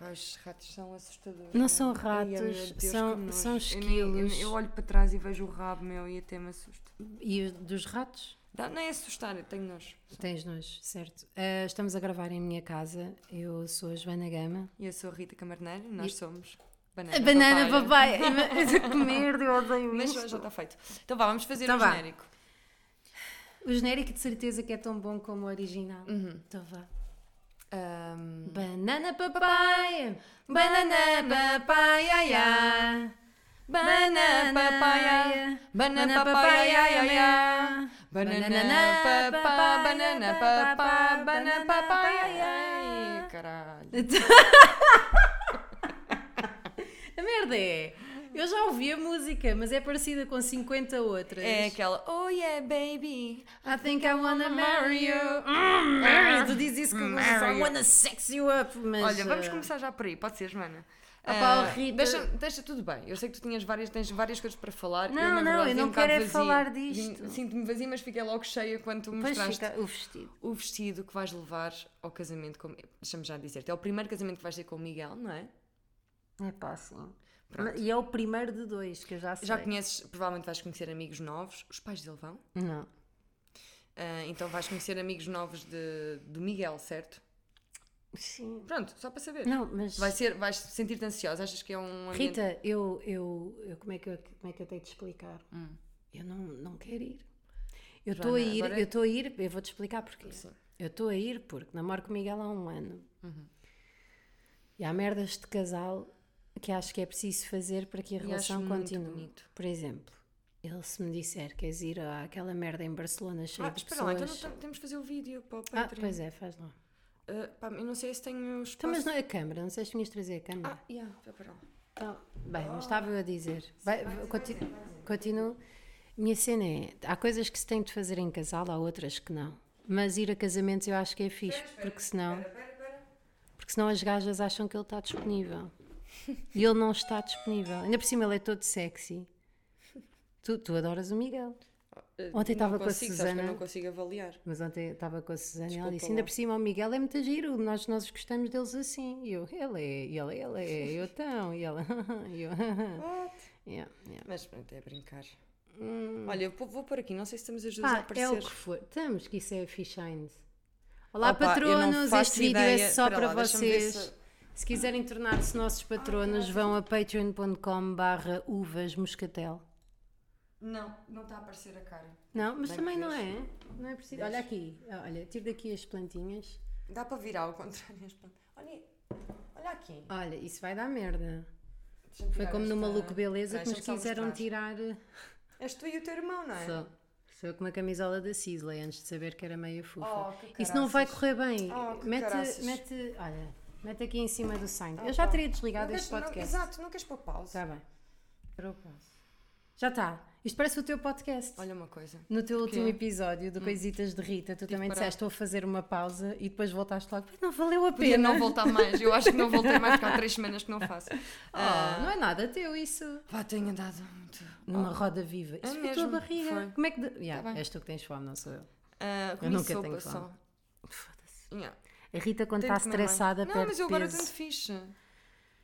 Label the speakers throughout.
Speaker 1: Ai, os ratos são assustadores. é?
Speaker 2: Não são
Speaker 1: Ai, meu
Speaker 2: ratos,
Speaker 1: Deus, que
Speaker 2: são-
Speaker 1: nojo.
Speaker 2: são
Speaker 1: Eu nem- eu-
Speaker 2: esquilos.
Speaker 1: Eu, olho para trás e vejo o rabo meu e até me assusta.
Speaker 2: E o dos ratos?
Speaker 1: Dá, não é assustar, eu tenho nojo.
Speaker 2: Tens nós, certo. Ah, estamos a gravar em minha casa. Eu sou a Joana Gama.
Speaker 1: E eu sou a Rita Camarneiro, nós somos Banana,
Speaker 2: Banana
Speaker 1: Papaya.
Speaker 2: papai! que merda, eu odeio
Speaker 1: Mas
Speaker 2: isto.
Speaker 1: já está feito. Então vá, vamos fazer
Speaker 2: Então
Speaker 1: um
Speaker 2: vá.
Speaker 1: genérico.
Speaker 2: O genérico de certeza que é tão bom como o original. Então vá.
Speaker 1: Ahm,
Speaker 2: Banana papai! Banana
Speaker 1: Banana papaya,
Speaker 2: papaya!
Speaker 1: banana papaya, banana papaya, ya, ya. banana papá, banana papá, banana papaya. Ai, Caralho.
Speaker 2: A merda é. Eu já ouvi a música, mas é parecida com 50 outras.
Speaker 1: É aquela, oh yeah baby,
Speaker 2: I think I wanna marry you.
Speaker 1: Hum,
Speaker 2: Mm, marry. Tu dizes isso que eu
Speaker 1: Marry
Speaker 2: só
Speaker 1: you.
Speaker 2: wanna sex you up. Mas,
Speaker 1: Hum, Olha, vamos
Speaker 2: eh,
Speaker 1: começar já por aí, pode ser, Joana?
Speaker 2: Ah pá,
Speaker 1: Ah,
Speaker 2: Rita.
Speaker 1: deixa, deixa tudo bem. Eu sei que tu tinhas várias, tens várias coisas para falar.
Speaker 2: Não,
Speaker 1: na
Speaker 2: não,
Speaker 1: verdade,
Speaker 2: eu
Speaker 1: vim
Speaker 2: não
Speaker 1: um bocado
Speaker 2: quero é
Speaker 1: vazia.
Speaker 2: falar
Speaker 1: Vim-
Speaker 2: disto.
Speaker 1: Sinto-me vazia, mas fiquei logo cheia quando tu me
Speaker 2: Pois
Speaker 1: mostraste
Speaker 2: fica o vestido.
Speaker 1: o vestido que vais levar ao casamento com. Deixa-me já dizer-te, é o primeiro casamento que vais ter com o Miguel, não é?
Speaker 2: É pá, sim. E é o primeiro de dois que eu já sei.
Speaker 1: Já conheces, provavelmente vais conhecer amigos novos. Os pais dele vão?
Speaker 2: Não.
Speaker 1: Ah, então vais conhecer amigos novos de, do Miguel, certo?
Speaker 2: Sim.
Speaker 1: Pronto, só para saber.
Speaker 2: Não, mas.
Speaker 1: Vai ser, vais sentir-te ansiosa, achas que é um ambiente...
Speaker 2: Rita, eu, eu, eu, como, é que eu, como é que eu tenho de explicar? Eu não, não quero ir. Eu estou
Speaker 1: Hum.
Speaker 2: a
Speaker 1: Joana,
Speaker 2: ir,
Speaker 1: agora-
Speaker 2: eu estou a ir, eu vou-te explicar porquê. Eu estou a ir porque namoro com o Miguel há um ano.
Speaker 1: Uhum.
Speaker 2: E há merdas de casal que acho que é preciso fazer para que a relação
Speaker 1: acho muito
Speaker 2: continue.
Speaker 1: bonito.
Speaker 2: Por exemplo, ele se me disser queres ir àquela merda em Barcelona cheia
Speaker 1: Ah,
Speaker 2: de
Speaker 1: espera lá, então não tá-
Speaker 2: pessoas...
Speaker 1: tam- temos de fazer o vídeo para o
Speaker 2: ah,
Speaker 1: Patreon.
Speaker 2: pois é, faz lá.
Speaker 1: Ah, pá, eu não sei se tenho espaço.
Speaker 2: Então, mas não é a câmara, não sei se tinhas de trazer a câmara.
Speaker 1: Ah, yeah, espera lá.
Speaker 2: Então, bem, mas estava eu a dizer. Vai, vai- conti- continuo. Minha cena é: há coisas que se tem de fazer em casal, há outras que não. Mas ir a casamentos eu acho que é fixe, porque senão. Porque senão as gajas acham que ele está disponível. E ele não está disponível. Ainda por cima ele é todo sexy. Tu, tu adoras o Miguel.
Speaker 1: Ah, não
Speaker 2: Ontem estava com a
Speaker 1: consigo, sabes que
Speaker 2: Susana.
Speaker 1: eu não consigo avaliar.
Speaker 2: Mas ontem estava com a Susana e ela
Speaker 1: Desculpa
Speaker 2: disse: ainda
Speaker 1: lá.
Speaker 2: por cima, o Miguel é muito giro, nós, nós gostamos deles assim. E eu, ele é, e ela, ele é, eu tão, e ela, e eu, yeah, yeah.
Speaker 1: Mas pronto, é brincar. Olha, eu vou, vou por aqui, não sei se estamos a ajudar a
Speaker 2: Hum. Ah, é o
Speaker 1: aparecer.
Speaker 2: que for. Estamos, que isso é fish finds. Olá,
Speaker 1: Opa, eu não
Speaker 2: patronos,
Speaker 1: faço
Speaker 2: este vídeo é
Speaker 1: ideia.
Speaker 2: só
Speaker 1: Espera
Speaker 2: para
Speaker 1: lá, deixa-me ver
Speaker 2: vocês. Se...
Speaker 1: se-
Speaker 2: quiserem tornar-se nossos patronos, vão a patreon.com barra uvas moscatel.
Speaker 1: Não, não está a aparecer a cara.
Speaker 2: Não, mas
Speaker 1: Bem
Speaker 2: também
Speaker 1: que
Speaker 2: não
Speaker 1: vês.
Speaker 2: é. Não é preciso. Olha aqui, ah, olha, tiro daqui as plantinhas.
Speaker 1: Dá para virar ao contrário. as plantas. Olha, olha aqui.
Speaker 2: Olha, isso vai dar merda.
Speaker 1: Deixa-me
Speaker 2: Foi
Speaker 1: tirar
Speaker 2: como no
Speaker 1: esta-
Speaker 2: Maluco Beleza
Speaker 1: Espera,
Speaker 2: que nos
Speaker 1: deixa-me só
Speaker 2: quiseram
Speaker 1: mostrar.
Speaker 2: tirar. eh,
Speaker 1: És tu e o teu irmão, não é?
Speaker 2: Sou, sou eu com uma camisola da Sisley antes de saber que era meia
Speaker 1: Oh,
Speaker 2: fofa.
Speaker 1: que
Speaker 2: Isso não vai
Speaker 1: caraças.
Speaker 2: correr bem.
Speaker 1: Oh, que
Speaker 2: mete,
Speaker 1: caraças.
Speaker 2: mete, olha, mete aqui em cima do sign.
Speaker 1: Ah,
Speaker 2: eu já
Speaker 1: pá.
Speaker 2: teria desligado
Speaker 1: Não
Speaker 2: este
Speaker 1: queres- não-
Speaker 2: podcast. Tá.
Speaker 1: exato, não queres pôr pausa.
Speaker 2: Está bem. Era o caso. Já está. Isto parece o teu podcast.
Speaker 1: Olha uma coisa.
Speaker 2: No teu último
Speaker 1: quê? Hum.
Speaker 2: episódio do Coisitas de Rita, tu também
Speaker 1: parar.
Speaker 2: disseste estou a fazer uma pausa e depois voltaste logo. "Mas Não valeu a
Speaker 1: Podia
Speaker 2: pena.
Speaker 1: não voltar mais. Eu acho que não voltei mais, porque há três semanas que não faço.
Speaker 2: Oh, não é nada teu isso.
Speaker 1: Ah, Pá, tenho andado muito.
Speaker 2: Numa roda viva. Isso foi a tua
Speaker 1: Ah. É mesmo,
Speaker 2: barriga.
Speaker 1: foi.
Speaker 2: Como é que. de- Yeah,
Speaker 1: Tá bem.
Speaker 2: és tu que tens fome, não sou eu.
Speaker 1: Ah, comi
Speaker 2: nunca
Speaker 1: sopa
Speaker 2: tenho
Speaker 1: só.
Speaker 2: fome. Foda-se.
Speaker 1: Yeah.
Speaker 2: A Rita, quando
Speaker 1: Tenho
Speaker 2: está
Speaker 1: de comer mais.
Speaker 2: estressada,
Speaker 1: Não,
Speaker 2: perde
Speaker 1: mas eu agora
Speaker 2: peso.
Speaker 1: tanto fixe.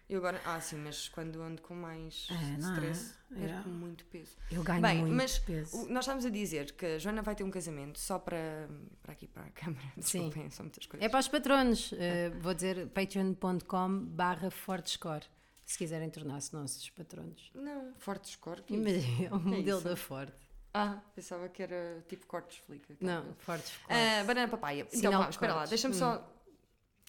Speaker 1: Eu agora, ah, sim, mas quando ando com mais
Speaker 2: É, não é?
Speaker 1: stress, perco
Speaker 2: Yeah.
Speaker 1: muito peso.
Speaker 2: Eu ganho
Speaker 1: Bem,
Speaker 2: muito
Speaker 1: mas
Speaker 2: peso.
Speaker 1: o- nós estávamos a dizer que a Joana vai ter um casamento só para, para aqui, para a câmara.
Speaker 2: Sim.
Speaker 1: Desculpem, são muitas coisas.
Speaker 2: É para os patronos. eh, vou dizer patreon.com barra Fortescore. Se quiserem tornar-se nossos patronos.
Speaker 1: Não, forte score. que é isso?
Speaker 2: Mas é o modelo
Speaker 1: isso?
Speaker 2: da Ford.
Speaker 1: Ah, pensava que era tipo cortes flica.
Speaker 2: Não, Fortescore.
Speaker 1: Ah, banana papaya. Então,
Speaker 2: Sinal
Speaker 1: vá,
Speaker 2: de
Speaker 1: espera lá,
Speaker 2: cortes. Hum.
Speaker 1: deixa-me só.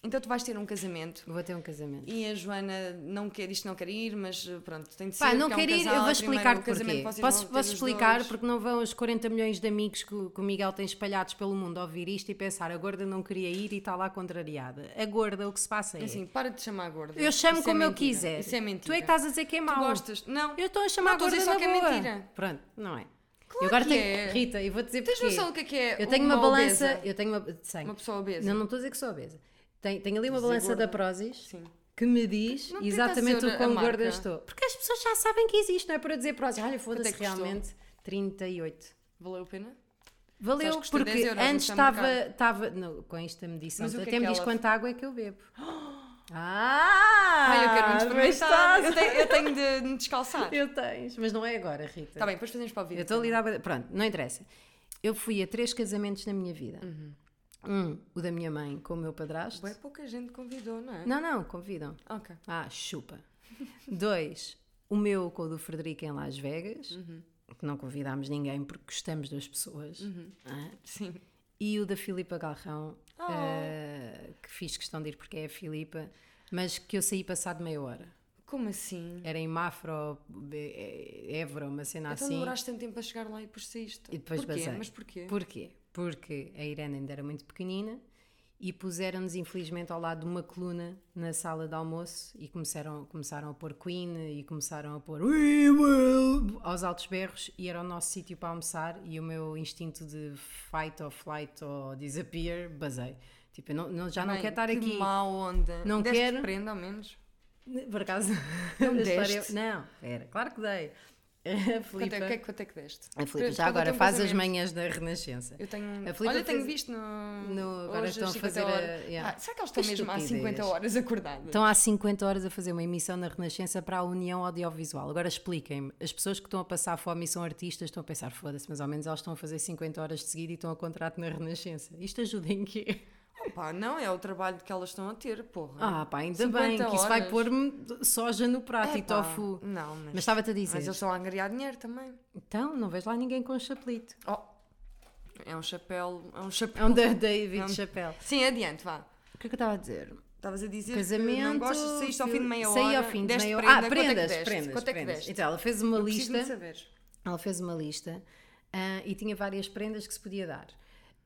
Speaker 1: Então, tu vais ter um casamento
Speaker 2: Vou ter um casamento.
Speaker 1: e a Joana não quer isto, não quer ir, mas eh, pronto, tem de ser.
Speaker 2: Pá, não
Speaker 1: porque é um
Speaker 2: quero ir,
Speaker 1: casal,
Speaker 2: eu vou
Speaker 1: é primeiro
Speaker 2: explicar-te
Speaker 1: o casamento
Speaker 2: porquê.
Speaker 1: que vocês
Speaker 2: Posso,
Speaker 1: vão ter
Speaker 2: posso
Speaker 1: os
Speaker 2: explicar,
Speaker 1: dois.
Speaker 2: porque não vão os 40 milhões de amigos que, o- que o Miguel tem espalhados pelo mundo ouvir isto e pensar a gorda não queria ir e está lá contrariada. A gorda, o que se passa é.
Speaker 1: Assim, para de chamar gorda.
Speaker 2: Eu chamo
Speaker 1: Isso é
Speaker 2: como eu
Speaker 1: mentira.
Speaker 2: quiser.
Speaker 1: Isso é mentira.
Speaker 2: Tu é que estás a dizer que é
Speaker 1: Tu
Speaker 2: mau.
Speaker 1: gostas? Não.
Speaker 2: Eu estou a chamar
Speaker 1: Não, estou a
Speaker 2: gorda
Speaker 1: dizer
Speaker 2: na
Speaker 1: só que é
Speaker 2: boa.
Speaker 1: mentira.
Speaker 2: Pronto, não é.
Speaker 1: Claro
Speaker 2: eu agora
Speaker 1: que
Speaker 2: tenho,
Speaker 1: é.
Speaker 2: Rita, e vou dizer
Speaker 1: Tens
Speaker 2: porquê.
Speaker 1: noção do que é que é
Speaker 2: Eu tenho uma,
Speaker 1: uma
Speaker 2: balança,
Speaker 1: obesa?
Speaker 2: eu tenho uma, tenho.
Speaker 1: Uma pessoa obesa.
Speaker 2: Não, não estou a dizer que sou obesa. Tenho, tenho ali uma balança
Speaker 1: gorda.
Speaker 2: da Prozis
Speaker 1: Sim.
Speaker 2: que me diz
Speaker 1: Não tenta
Speaker 2: exatamente
Speaker 1: ser
Speaker 2: o quão
Speaker 1: a marca.
Speaker 2: gorda estou. Porque as pessoas já sabem que existe, não é para eu dizer Prozis. Olha, foda-se
Speaker 1: é que custou?
Speaker 2: realmente 38.
Speaker 1: Valeu a pena? Sabes
Speaker 2: Valeu,
Speaker 1: que custa
Speaker 2: porque
Speaker 1: 10 euros no
Speaker 2: antes estava,
Speaker 1: supermercado.
Speaker 2: estava não, com esta medição,
Speaker 1: Mas o
Speaker 2: tu
Speaker 1: que é
Speaker 2: até me
Speaker 1: que
Speaker 2: diz
Speaker 1: ela-
Speaker 2: quanta água é que eu bebo. Ah!
Speaker 1: eu tenho, eu tenho de me descalçar.
Speaker 2: Eu tens, mas não é agora, Rita.
Speaker 1: Está bem, depois fazemos para o vídeo.
Speaker 2: Eu estou a lidar. com- Pronto, não interessa. Eu fui a três casamentos na minha vida. Um, o da minha mãe com o meu padrasto.
Speaker 1: Bem, pouca gente convidou, não é?
Speaker 2: Não, não, convidam.
Speaker 1: Ok.
Speaker 2: Ah, chupa. Dois, o meu com o do Frederico em Las Vegas,
Speaker 1: Uhum.
Speaker 2: que não convidámos ninguém porque gostamos das pessoas. Ah,
Speaker 1: Uhum. Sim.
Speaker 2: E o da Filipa Galrão,
Speaker 1: Oh.
Speaker 2: eh, que fiz questão de ir porque é a Filipa, mas que eu saí passado meia hora.
Speaker 1: Como assim?
Speaker 2: Era em Mafra ou eh, Évora, uma cena
Speaker 1: Então
Speaker 2: assim.
Speaker 1: demoraste tanto tempo a chegar lá e depois saíste.
Speaker 2: E depois
Speaker 1: porquê?
Speaker 2: basei.
Speaker 1: Mas porquê?
Speaker 2: Porquê? Porque a Irene ainda era muito pequenina e puseram-nos, infelizmente, ao lado de uma coluna na sala de almoço e começaram, começaram a pôr Queen e começaram a pôr We Will aos altos berros e era o nosso sítio para almoçar e o meu instinto de fight or flight ou disappear basei. Tipo, eu não, não- já não
Speaker 1: Bem,
Speaker 2: quero estar
Speaker 1: que
Speaker 2: aqui.
Speaker 1: má onda.
Speaker 2: Não
Speaker 1: Deste
Speaker 2: quero.
Speaker 1: prenda, ao menos.
Speaker 2: Por acaso, não
Speaker 1: deste?
Speaker 2: Não, era, claro que dei. A
Speaker 1: Quanto
Speaker 2: Filipa,
Speaker 1: é, que é que- quanto é que deste?
Speaker 2: a Filipa
Speaker 1: Quanto é que
Speaker 2: já agora
Speaker 1: tem um
Speaker 2: faz as
Speaker 1: casamento?
Speaker 2: manhãs da Renascença.
Speaker 1: Eu tenho. um
Speaker 2: A Filipa
Speaker 1: Olha, eu tenho
Speaker 2: fez-
Speaker 1: visto no.
Speaker 2: No- agora
Speaker 1: hoje
Speaker 2: estão
Speaker 1: às
Speaker 2: a fazer
Speaker 1: 50
Speaker 2: a-
Speaker 1: horas.
Speaker 2: yeah.
Speaker 1: Ah, será que eles estão
Speaker 2: Que
Speaker 1: mesmo há
Speaker 2: estupidez. Então-
Speaker 1: 50 horas acordadas?
Speaker 2: Estão há 50 horas a fazer uma emissão na Renascença para a União Audiovisual. Agora expliquem-me, as pessoas que estão a passar fome e são artistas estão a pensar, foda-se, mas ao menos elas estão a fazer 50 horas de seguida e estão a contrato na Renascença. Isto ajuda em quê?
Speaker 1: Opa, não, é o trabalho que elas estão a ter, porra.
Speaker 2: Ah, pá, ainda bem, que
Speaker 1: 50
Speaker 2: isso vai
Speaker 1: horas.
Speaker 2: pôr-me soja no prato e
Speaker 1: Epá,
Speaker 2: tofu.
Speaker 1: Não, mas.
Speaker 2: Mas estava-te a
Speaker 1: mas
Speaker 2: dizer,
Speaker 1: eles estão a angariar dinheiro também.
Speaker 2: então não vejo lá ninguém com chapelito.
Speaker 1: Oh, é um chapéu. É um
Speaker 2: É
Speaker 1: chapéu.
Speaker 2: um da David
Speaker 1: Não.
Speaker 2: Chapéu.
Speaker 1: Sim, adiante, vá.
Speaker 2: O que é que eu estava a dizer?
Speaker 1: Estavas a dizer que
Speaker 2: Casamento.
Speaker 1: não gostas de sair ao fim de meia hora.
Speaker 2: saí ao fim de
Speaker 1: deste
Speaker 2: meia
Speaker 1: prenda,
Speaker 2: hora. Ah,
Speaker 1: quanto é que
Speaker 2: prendas,
Speaker 1: deste?
Speaker 2: prendas,
Speaker 1: Quanto é que
Speaker 2: prendas.
Speaker 1: deste?
Speaker 2: Então, ela fez uma
Speaker 1: Preciso de um
Speaker 2: lista.
Speaker 1: saber.
Speaker 2: Ela fez uma lista ah, e tinha várias prendas que se podia dar.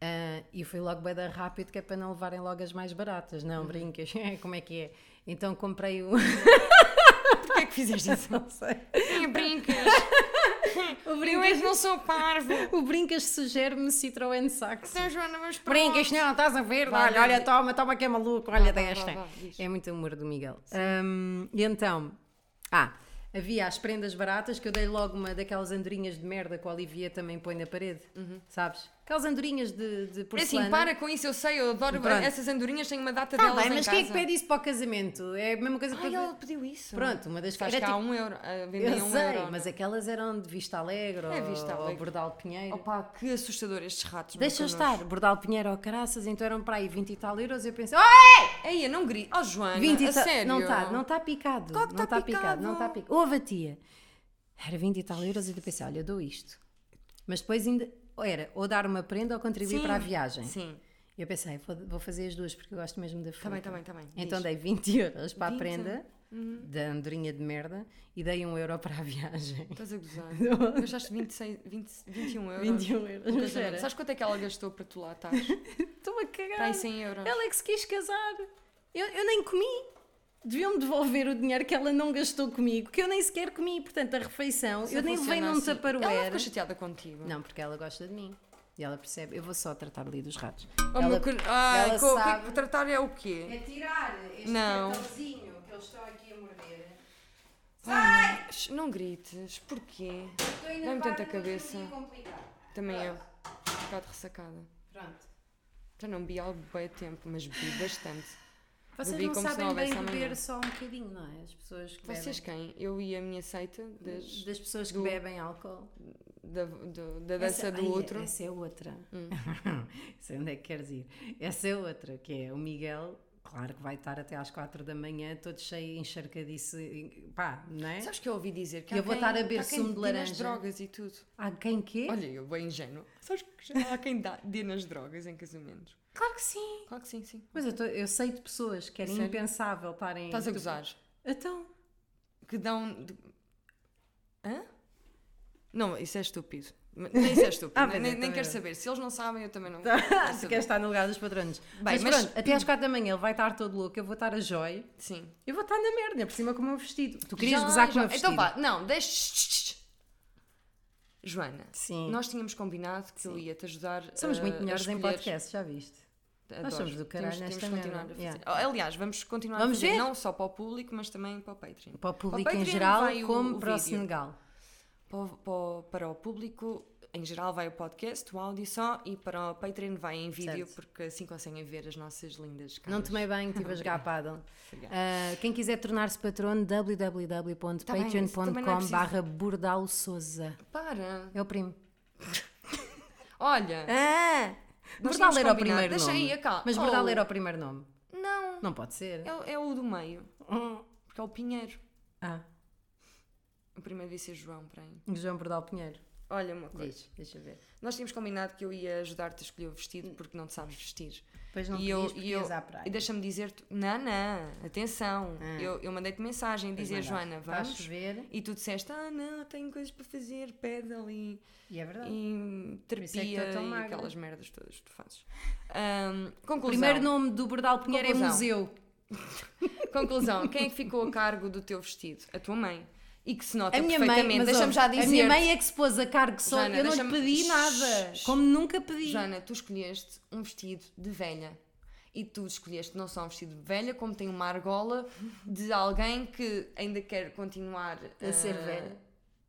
Speaker 2: Ah, e foi logo bem rápido que é para não levarem logo as mais baratas.
Speaker 1: Uhum.
Speaker 2: Não, brincas, como é que é? Então comprei o.
Speaker 1: Porquê é que fizeste isso?
Speaker 2: não sei.
Speaker 1: Sim, brincas.
Speaker 2: O
Speaker 1: Eu é
Speaker 2: brincas,
Speaker 1: que não sou parvo.
Speaker 2: o brincas sugere-me Citroën Saxo.
Speaker 1: São Joana, mas pronto.
Speaker 2: Brincas, não, é estás a ver?
Speaker 1: Vai,
Speaker 2: olha,
Speaker 1: vai,
Speaker 2: olha,
Speaker 1: vai.
Speaker 2: toma, toma que é maluco, olha,
Speaker 1: Vá, vá,
Speaker 2: desta.
Speaker 1: vá, vá, diz.
Speaker 2: É muito humor do Miguel. Hum, e então, ah, havia as prendas baratas que eu dei logo uma daquelas andorinhas de merda que o Olivier também põe na parede, sabes? Aquelas andorinhas de, de
Speaker 1: Uhum. É
Speaker 2: porcelana.
Speaker 1: assim, para com isso, eu sei, eu adoro
Speaker 2: Pronto.
Speaker 1: essas andorinhas, tenho uma data
Speaker 2: Tá
Speaker 1: delas
Speaker 2: bem,
Speaker 1: em
Speaker 2: mas
Speaker 1: casa.
Speaker 2: quem é que pede isso para o casamento? É a mesma coisa que
Speaker 1: Ai,
Speaker 2: eu-
Speaker 1: ele pediu isso.
Speaker 2: Pronto, uma das
Speaker 1: Sabes
Speaker 2: era
Speaker 1: que há
Speaker 2: tipo-
Speaker 1: um euro, ah, vendem
Speaker 2: Eu
Speaker 1: um
Speaker 2: sei,
Speaker 1: euro.
Speaker 2: mas é- aquelas eram de Vista Alegre
Speaker 1: É
Speaker 2: ou,
Speaker 1: Vista
Speaker 2: ou
Speaker 1: Alegre.
Speaker 2: Bordal Pinheiro.
Speaker 1: Opa, que assustador estes ratos.
Speaker 2: Deixa
Speaker 1: meu
Speaker 2: estar,
Speaker 1: Deus.
Speaker 2: Bordal Pinheiro ou Caraças, então eram para aí 20 e tal euros. Eu pensei, ai!
Speaker 1: Ei, eu não grito. Oh, Joana,
Speaker 2: 20 e
Speaker 1: a
Speaker 2: tal.
Speaker 1: sério.
Speaker 2: Não está, não tá, está picado.
Speaker 1: Claro que
Speaker 2: não
Speaker 1: tá
Speaker 2: está picado.
Speaker 1: picado.
Speaker 2: não está picado. Houve a tia. Era 20 e tal euros e eu pensei, olha, eu dou isto. Mas depois ainda era ou dar uma prenda ou contribuir
Speaker 1: Sim,
Speaker 2: para a viagem.
Speaker 1: Sim.
Speaker 2: E eu pensei, vou, vou fazer as duas porque eu gosto mesmo da fruta.
Speaker 1: Tá bem, tá bem, tá bem.
Speaker 2: Então
Speaker 1: Diz. Uhum.
Speaker 2: dei 20 euros para
Speaker 1: 20?
Speaker 2: a prenda da andorinha de merda e dei 1 euro para a viagem.
Speaker 1: Estás a gozar. Gastaste 26, 20, 21 euros.
Speaker 2: 21 euros.
Speaker 1: no
Speaker 2: Mas
Speaker 1: casamento.
Speaker 2: era,
Speaker 1: Sabes quanto é que ela gastou para tu lá estar?
Speaker 2: Estou a cagar.
Speaker 1: Para aí 100 euros.
Speaker 2: Ela é que se quis casar. Eu, eu nem comi. Deviam-me devolver o dinheiro que ela não gastou comigo, que eu nem sequer comi. Portanto, a refeição, eu nem um levei
Speaker 1: Funciona
Speaker 2: num
Speaker 1: assim. Ela não
Speaker 2: taparoeira.
Speaker 1: ficou chateada contigo.
Speaker 2: Não, porque ela gosta de mim. E ela percebe. Eu vou só tratar ali dos ratos.
Speaker 1: Oh,
Speaker 2: ela
Speaker 1: meu cor- Ai,
Speaker 2: ela
Speaker 1: co- o que é
Speaker 2: sabe-
Speaker 1: que tratar é o quê?
Speaker 2: É tirar este
Speaker 1: Não.
Speaker 2: cartãozinho que eles estão aqui a morder.
Speaker 1: Ai, sh- Não grites, porquê?
Speaker 2: Estou ainda
Speaker 1: Dá-me tanta
Speaker 2: farta de um
Speaker 1: cabeça.
Speaker 2: dia complicado.
Speaker 1: Também eu. Um bocado ressacada.
Speaker 2: Pronto.
Speaker 1: Já não bebi há bem tempo, mas bebi bastante.
Speaker 2: Vocês
Speaker 1: Bebi
Speaker 2: não
Speaker 1: como se
Speaker 2: sabem
Speaker 1: não
Speaker 2: bem
Speaker 1: houvesse amanhã.
Speaker 2: beber só um bocadinho, não é? As pessoas que
Speaker 1: Vocês quem? Eu e a minha seita
Speaker 2: bebem.
Speaker 1: das-
Speaker 2: Das pessoas que
Speaker 1: do-
Speaker 2: bebem álcool.
Speaker 1: da, do- da dança
Speaker 2: Essa-
Speaker 1: do
Speaker 2: ai,
Speaker 1: outro.
Speaker 2: Essa é outra. Sei onde é que queres ir. Essa é outra, que é o Miguel, claro que vai estar até às quatro da manhã, todo cheio, encharcadiço, e- pá, não é?
Speaker 1: Sabes que eu ouvi dizer que
Speaker 2: Eu
Speaker 1: há
Speaker 2: vou
Speaker 1: quem-
Speaker 2: estar a
Speaker 1: há
Speaker 2: beber
Speaker 1: quem
Speaker 2: sumo de
Speaker 1: dê
Speaker 2: laranja. É?
Speaker 1: nas drogas e tudo.
Speaker 2: Há quem quê?
Speaker 1: Olha, eu bem ingênuo. Sabes que já há quem dá, dê nas drogas em casamentos?
Speaker 2: claro que sim.
Speaker 1: Claro que sim, sim.
Speaker 2: Mas eu, tô- eu sei de pessoas que era
Speaker 1: Sério?
Speaker 2: impensável estarem...
Speaker 1: Estás a
Speaker 2: tipo,
Speaker 1: gozar.
Speaker 2: Então,
Speaker 1: Que dão. de- Hã? Não, isso é estúpido. Mas- Nem isso é estúpido.
Speaker 2: Ah,
Speaker 1: nem
Speaker 2: pois é,
Speaker 1: nem,
Speaker 2: também
Speaker 1: quero
Speaker 2: não.
Speaker 1: saber. Se eles não sabem, eu também não quero
Speaker 2: se
Speaker 1: saber.
Speaker 2: queres estar no lugar dos patronos. mas,
Speaker 1: mas-
Speaker 2: pronto, até às quatro da manhã ele vai estar todo louco, eu vou estar a joia,
Speaker 1: Sim.
Speaker 2: eu vou estar na merda, por cima com o meu vestido. Tu querias
Speaker 1: Já,
Speaker 2: gozar com o
Speaker 1: já.
Speaker 2: meu vestido?
Speaker 1: Então vá, não, deixa. Joana,
Speaker 2: Sim.
Speaker 1: nós tínhamos combinado que eu
Speaker 2: Sim.
Speaker 1: ia te ajudar.
Speaker 2: Somos
Speaker 1: eh,
Speaker 2: muito
Speaker 1: a
Speaker 2: melhores em
Speaker 1: escolher.
Speaker 2: podcast, já viste?
Speaker 1: Adoro.
Speaker 2: Nós somos do caralho
Speaker 1: temos,
Speaker 2: nesta
Speaker 1: temos de continuar
Speaker 2: merda.
Speaker 1: a fazer. Aliás, vamos continuar
Speaker 2: Vamos
Speaker 1: a fazer
Speaker 2: ver?
Speaker 1: não só para o público, mas também para o Patreon.
Speaker 2: Para o público em
Speaker 1: Patreon
Speaker 2: geral,
Speaker 1: vai o-
Speaker 2: como
Speaker 1: o
Speaker 2: para o
Speaker 1: vídeo.
Speaker 2: Senegal.
Speaker 1: Para o, para o- para o público em geral vai o podcast, o áudio só, e para o Patreon vai em vídeo,
Speaker 2: Certo.
Speaker 1: porque assim conseguem ver as nossas lindas caras.
Speaker 2: Não tomei bem, estive a jogar paddle.
Speaker 1: Obrigada.
Speaker 2: Ah, quem quiser tornar-se patrono,
Speaker 1: Tá bem, isso também não é
Speaker 2: www.patreon.com
Speaker 1: preciso.
Speaker 2: barra Burdal Souza.
Speaker 1: Para!
Speaker 2: É o primo.
Speaker 1: Olha!
Speaker 2: Ah!
Speaker 1: Nós
Speaker 2: Burdal
Speaker 1: tínhamos
Speaker 2: era o
Speaker 1: combinado.
Speaker 2: primeiro
Speaker 1: Deixa
Speaker 2: nome.
Speaker 1: aí, acalma.
Speaker 2: Mas Burdal
Speaker 1: Oh.
Speaker 2: era o primeiro nome.
Speaker 1: Não!
Speaker 2: Não pode ser.
Speaker 1: É, é o do meio, porque é o Pinheiro.
Speaker 2: Ah,
Speaker 1: O primeiro devia ser João, peraí.
Speaker 2: João Burdal Pinheiro.
Speaker 1: Olha uma coisa.
Speaker 2: Diz, deixa eu ver.
Speaker 1: Nós tínhamos combinado que eu ia ajudar-te a escolher o
Speaker 2: Hum.
Speaker 1: vestido porque não te sabes vestir.
Speaker 2: Depois não
Speaker 1: e
Speaker 2: querias
Speaker 1: eu,
Speaker 2: porque
Speaker 1: e eu,
Speaker 2: ias à praia.
Speaker 1: e deixa-me dizer-te, não, não, atenção.
Speaker 2: Ah.
Speaker 1: Eu, eu mandei-te mensagem a
Speaker 2: Pois
Speaker 1: dizer,
Speaker 2: mandaste.
Speaker 1: Joana,
Speaker 2: Está a
Speaker 1: vamos?
Speaker 2: chover
Speaker 1: E tu disseste, ah, não, tenho coisas para fazer, pede ali.
Speaker 2: e é verdade.
Speaker 1: E
Speaker 2: isso é que
Speaker 1: terapia
Speaker 2: estou tão
Speaker 1: e
Speaker 2: magra.
Speaker 1: aquelas merdas todas que tu fazes. Ahm, conclusão.
Speaker 2: Primeiro nome do Burdal Pinheiro é
Speaker 1: Conclusão.
Speaker 2: museu.
Speaker 1: Conclusão. Quem é que ficou a cargo do teu vestido? A tua mãe. E que se nota
Speaker 2: A minha mãe,
Speaker 1: perfeitamente.
Speaker 2: mas
Speaker 1: Deixa-me
Speaker 2: ouve,
Speaker 1: já
Speaker 2: a
Speaker 1: dizer.
Speaker 2: minha mãe é que se pôs a cargo só.
Speaker 1: Joana,
Speaker 2: eu não lhe
Speaker 1: deixa-me-
Speaker 2: pedi nada.
Speaker 1: Shhh.
Speaker 2: Como nunca pedi.
Speaker 1: Jana, tu escolheste um vestido de velha. E tu escolheste não só um vestido de velha, como tem uma argola de alguém que ainda quer continuar
Speaker 2: A ser
Speaker 1: ah,
Speaker 2: velha.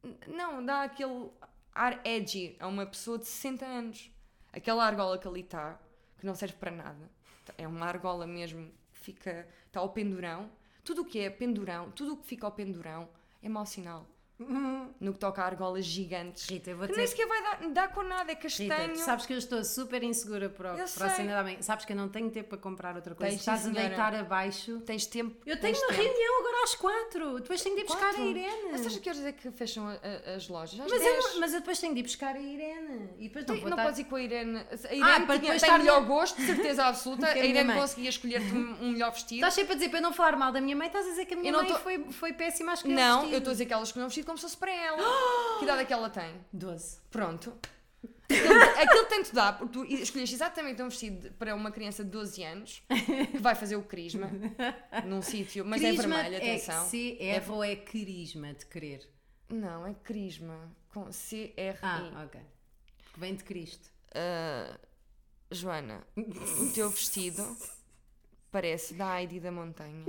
Speaker 1: n- Não, dá aquele ar edgy a uma pessoa de 60 anos. Aquela argola que ali está, que não serve para nada. É uma argola mesmo que fica. Está ao pendurão. Tudo o que é pendurão, tudo o que fica ao pendurão é mau sinal.
Speaker 2: Hum.
Speaker 1: No que toca a argolas gigantes.
Speaker 2: Rita, eu vou
Speaker 1: Que nem
Speaker 2: ter
Speaker 1: sequer vai dar, dar com nada, é
Speaker 2: Rita,
Speaker 1: castanho.
Speaker 2: tu sabes que eu estou super insegura para, o-
Speaker 1: Eu
Speaker 2: para
Speaker 1: sei.
Speaker 2: a cena da manhã. Sabes que eu não tenho tempo para comprar outra coisa.
Speaker 1: Tens, sim,
Speaker 2: Estás
Speaker 1: senhora.
Speaker 2: a deitar abaixo.
Speaker 1: Tens tempo.
Speaker 2: Eu tenho
Speaker 1: tens
Speaker 2: uma
Speaker 1: tempo.
Speaker 2: reunião agora às quatro. Depois tenho de ir buscar
Speaker 1: Quatro?
Speaker 2: a Irene.
Speaker 1: Mas
Speaker 2: Mas,
Speaker 1: sabes que horas é que fecham a- a- as lojas? Às
Speaker 2: eu,
Speaker 1: 10.
Speaker 2: não- mas eu depois tenho de ir buscar a Irene. E depois não,
Speaker 1: Não,
Speaker 2: vou tá-
Speaker 1: não
Speaker 2: estar-
Speaker 1: podes ir com a Irene. A Irene
Speaker 2: para
Speaker 1: tinha-
Speaker 2: depois
Speaker 1: tem
Speaker 2: estar
Speaker 1: melhor
Speaker 2: na-
Speaker 1: gosto, de certeza absoluta.
Speaker 2: a
Speaker 1: A
Speaker 2: minha
Speaker 1: Irene
Speaker 2: mãe.
Speaker 1: conseguia escolher-te um, um melhor vestido.
Speaker 2: Estás sempre a dizer para eu não falar mal da minha mãe, estás a dizer que a minha
Speaker 1: Eu não
Speaker 2: mãe
Speaker 1: tô-
Speaker 2: foi, foi péssima às crianças.
Speaker 1: Não, eu estou a dizer que ela escolheu um vestido como se fosse para ela. que idade é que ela tem?
Speaker 2: 12.
Speaker 1: Pronto. Aquilo, aquilo tanto dá, porque tu escolheste exatamente um vestido para uma criança de 12 anos que vai fazer o crisma num sítio, mas é vermelho, atenção.
Speaker 2: É C, R ou é carisma de querer?
Speaker 1: Não, é crisma com C-R-I.
Speaker 2: Ah, ok. Porque Vem de Cristo.
Speaker 1: Ah, Joana, o teu vestido parece da Heidi da Montanha.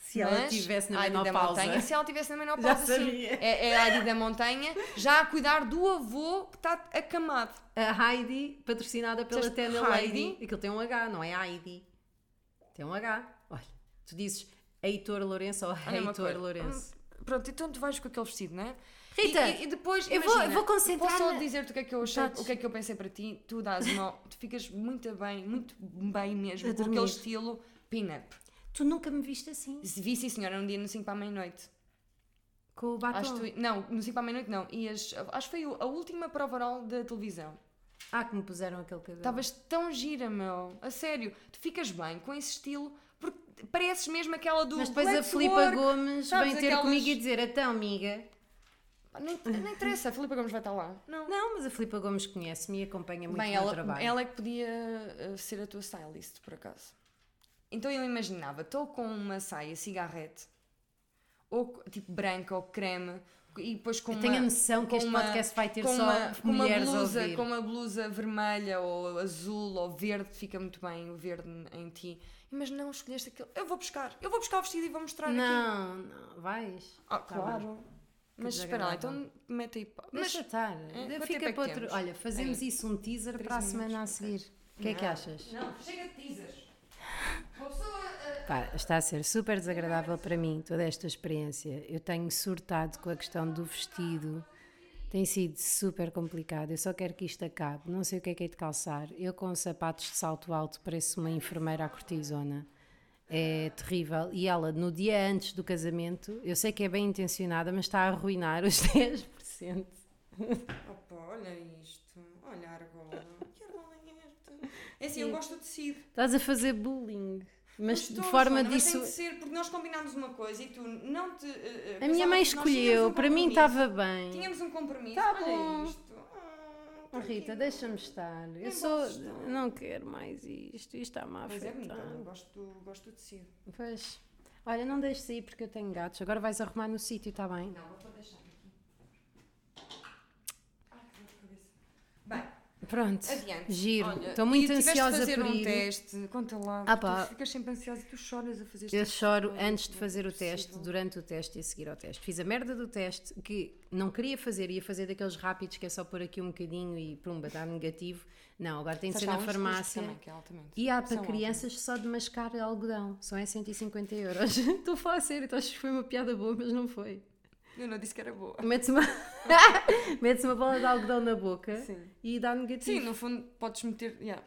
Speaker 2: Se
Speaker 1: Mas a Heidi da Montanha, se ela estivesse na menopausa,
Speaker 2: Já
Speaker 1: sim.
Speaker 2: sabia.
Speaker 1: É, é a Heidi da Montanha, já a cuidar do avô que está acamado.
Speaker 2: A Heidi, patrocinada pela
Speaker 1: Disseste
Speaker 2: Tenda
Speaker 1: Heidi?
Speaker 2: Lady. Aquilo tem um H, não é Heidi. Tem um H. Olha, tu dizes Heitor Lourenço ou
Speaker 1: Olha uma
Speaker 2: Heitor
Speaker 1: coisa.
Speaker 2: Lourenço.
Speaker 1: Hum, Pronto, então tu vais com aquele vestido, não é?
Speaker 2: Rita,
Speaker 1: e, e- e depois,
Speaker 2: eu vou-
Speaker 1: imagina,
Speaker 2: eu vou concentrar
Speaker 1: Posso só
Speaker 2: na-
Speaker 1: dizer-te o que é que eu achei,
Speaker 2: Podes.
Speaker 1: o que é que eu pensei para ti. Tu dás uma, tu ficas muito bem, muito bem mesmo,
Speaker 2: A
Speaker 1: com aquele
Speaker 2: dormir.
Speaker 1: estilo pin-up.
Speaker 2: Tu nunca me viste assim.
Speaker 1: Se vi, sim, senhora, um dia no 5 para a meia-noite.
Speaker 2: Com o batom.
Speaker 1: Acho que tu- não, no 5 para a meia-noite não. Ias, acho que foi o- a última prova oral da televisão.
Speaker 2: Ah, que me puseram aquele cabelo.
Speaker 1: Estavas tão gira, meu. A sério. Tu ficas bem com esse estilo. Porque pareces mesmo aquela do.
Speaker 2: Mas depois a
Speaker 1: Let's
Speaker 2: Filipa
Speaker 1: work.
Speaker 2: Gomes
Speaker 1: sabes,
Speaker 2: vem ter
Speaker 1: aquelas-
Speaker 2: comigo e dizer, então, amiga.
Speaker 1: Pá, Nem, nem interessa, a Filipa Gomes vai estar lá. Não.
Speaker 2: Não, mas a Filipa Gomes conhece-me e acompanha muito
Speaker 1: Bem,
Speaker 2: o meu
Speaker 1: ela,
Speaker 2: trabalho.
Speaker 1: ela é que podia uh, ser a tua stylist, por acaso. Então eu imaginava, estou com uma saia cigarrete, ou co- tipo branca ou creme, e depois com
Speaker 2: Eu
Speaker 1: uma.
Speaker 2: tenho a noção que
Speaker 1: com
Speaker 2: este
Speaker 1: uma-
Speaker 2: podcast vai ter
Speaker 1: com
Speaker 2: só
Speaker 1: uma, com uma
Speaker 2: mulheres a
Speaker 1: blusa,
Speaker 2: ouvir.
Speaker 1: com uma blusa vermelha ou azul ou verde, fica muito bem o verde em ti. Mas não escolheste aquele. Eu vou buscar, eu vou buscar o vestido e vou mostrar aqui.
Speaker 2: Não, não, vais.
Speaker 1: Ah,
Speaker 2: Tá bem.
Speaker 1: claro. Mas espera lá, então
Speaker 2: desagradável.
Speaker 1: mete aí. pa- Mas
Speaker 2: Deixa estar.
Speaker 1: quanto tempo é
Speaker 2: Fica
Speaker 1: que
Speaker 2: para outro.
Speaker 1: temos?
Speaker 2: Olha, fazemos
Speaker 1: Aí.
Speaker 2: isso um teaser
Speaker 1: Três
Speaker 2: para a
Speaker 1: minutos,
Speaker 2: semana a
Speaker 1: ok.
Speaker 2: seguir. O que é que
Speaker 1: Não.
Speaker 2: achas?
Speaker 1: não, chega de teasers. Uma pessoa.
Speaker 2: Pá, está a ser super desagradável para mim toda esta experiência. Eu tenho surtado com a questão do vestido. Tem sido super complicado. Eu só quero que isto acabe. Não sei o que é que hei de calçar. Eu com sapatos de salto alto pareço uma enfermeira à cortisona. É terrível. E ela, no dia antes do casamento, eu sei que é bem intencionada, mas está a arruinar os 10%.
Speaker 1: ah, Opa, olha isto. Olha a argola. Que argola é esta? É assim, eu gosto do tecido.
Speaker 2: Estás a fazer bullying. Mas
Speaker 1: Mas
Speaker 2: de
Speaker 1: estou,
Speaker 2: forma
Speaker 1: Joana, mas
Speaker 2: disso.
Speaker 1: tem de ser, porque nós combinámos uma coisa e tu não te. eh, eh, pensava
Speaker 2: A minha mãe
Speaker 1: que nós tínhamos
Speaker 2: escolheu.
Speaker 1: um
Speaker 2: Para mim
Speaker 1: compromisso.
Speaker 2: estava bem.
Speaker 1: Tínhamos um compromisso.
Speaker 2: Tá
Speaker 1: Olha
Speaker 2: bom.
Speaker 1: isto. Ah,
Speaker 2: Oh, Rita,
Speaker 1: tranquilo.
Speaker 2: deixa-me estar. Eu
Speaker 1: Nem
Speaker 2: sou.
Speaker 1: posso estar.
Speaker 2: Não quero mais isto. Isto está-me a
Speaker 1: Mas é bonito,
Speaker 2: afetar.
Speaker 1: olha, gosto, do- gosto do tecido.
Speaker 2: Pois. Olha, não deixes aí porque eu tenho gatos. Agora vais arrumar no sítio, está bem?
Speaker 1: Não, vou deixar aqui. Ai, que dor de cabeça. Bem,
Speaker 2: Pronto,
Speaker 1: Adiante.
Speaker 2: giro.
Speaker 1: Olha,
Speaker 2: Estou
Speaker 1: e
Speaker 2: muito
Speaker 1: tiveste de
Speaker 2: ansiosa
Speaker 1: fazer
Speaker 2: por
Speaker 1: um
Speaker 2: ir.
Speaker 1: teste, conta lá.
Speaker 2: Ah, pá.
Speaker 1: Tu ficas sempre ansiosa e tu choras a fazer este
Speaker 2: Eu
Speaker 1: teste.
Speaker 2: choro
Speaker 1: Não é
Speaker 2: antes de fazer o
Speaker 1: possível.
Speaker 2: teste, durante o teste e a seguir ao teste. Fiz a merda do teste que não queria fazer, ia fazer daqueles rápidos que é só pôr aqui um bocadinho e pumba, dá negativo. Não, agora tem de
Speaker 1: Mas
Speaker 2: ser
Speaker 1: há
Speaker 2: na
Speaker 1: uns custos
Speaker 2: farmácia.
Speaker 1: Também, que é altamente.
Speaker 2: E há para
Speaker 1: São
Speaker 2: crianças só de mascar algodão, só é 150 euros. Estou a falar sério, então acho que foi uma piada boa, mas não foi.
Speaker 1: altamente. Eu não disse que era boa.
Speaker 2: Metes uma, metes uma bola de algodão na boca
Speaker 1: Sim.
Speaker 2: e dá negativo.
Speaker 1: Sim, no fundo podes meter yeah,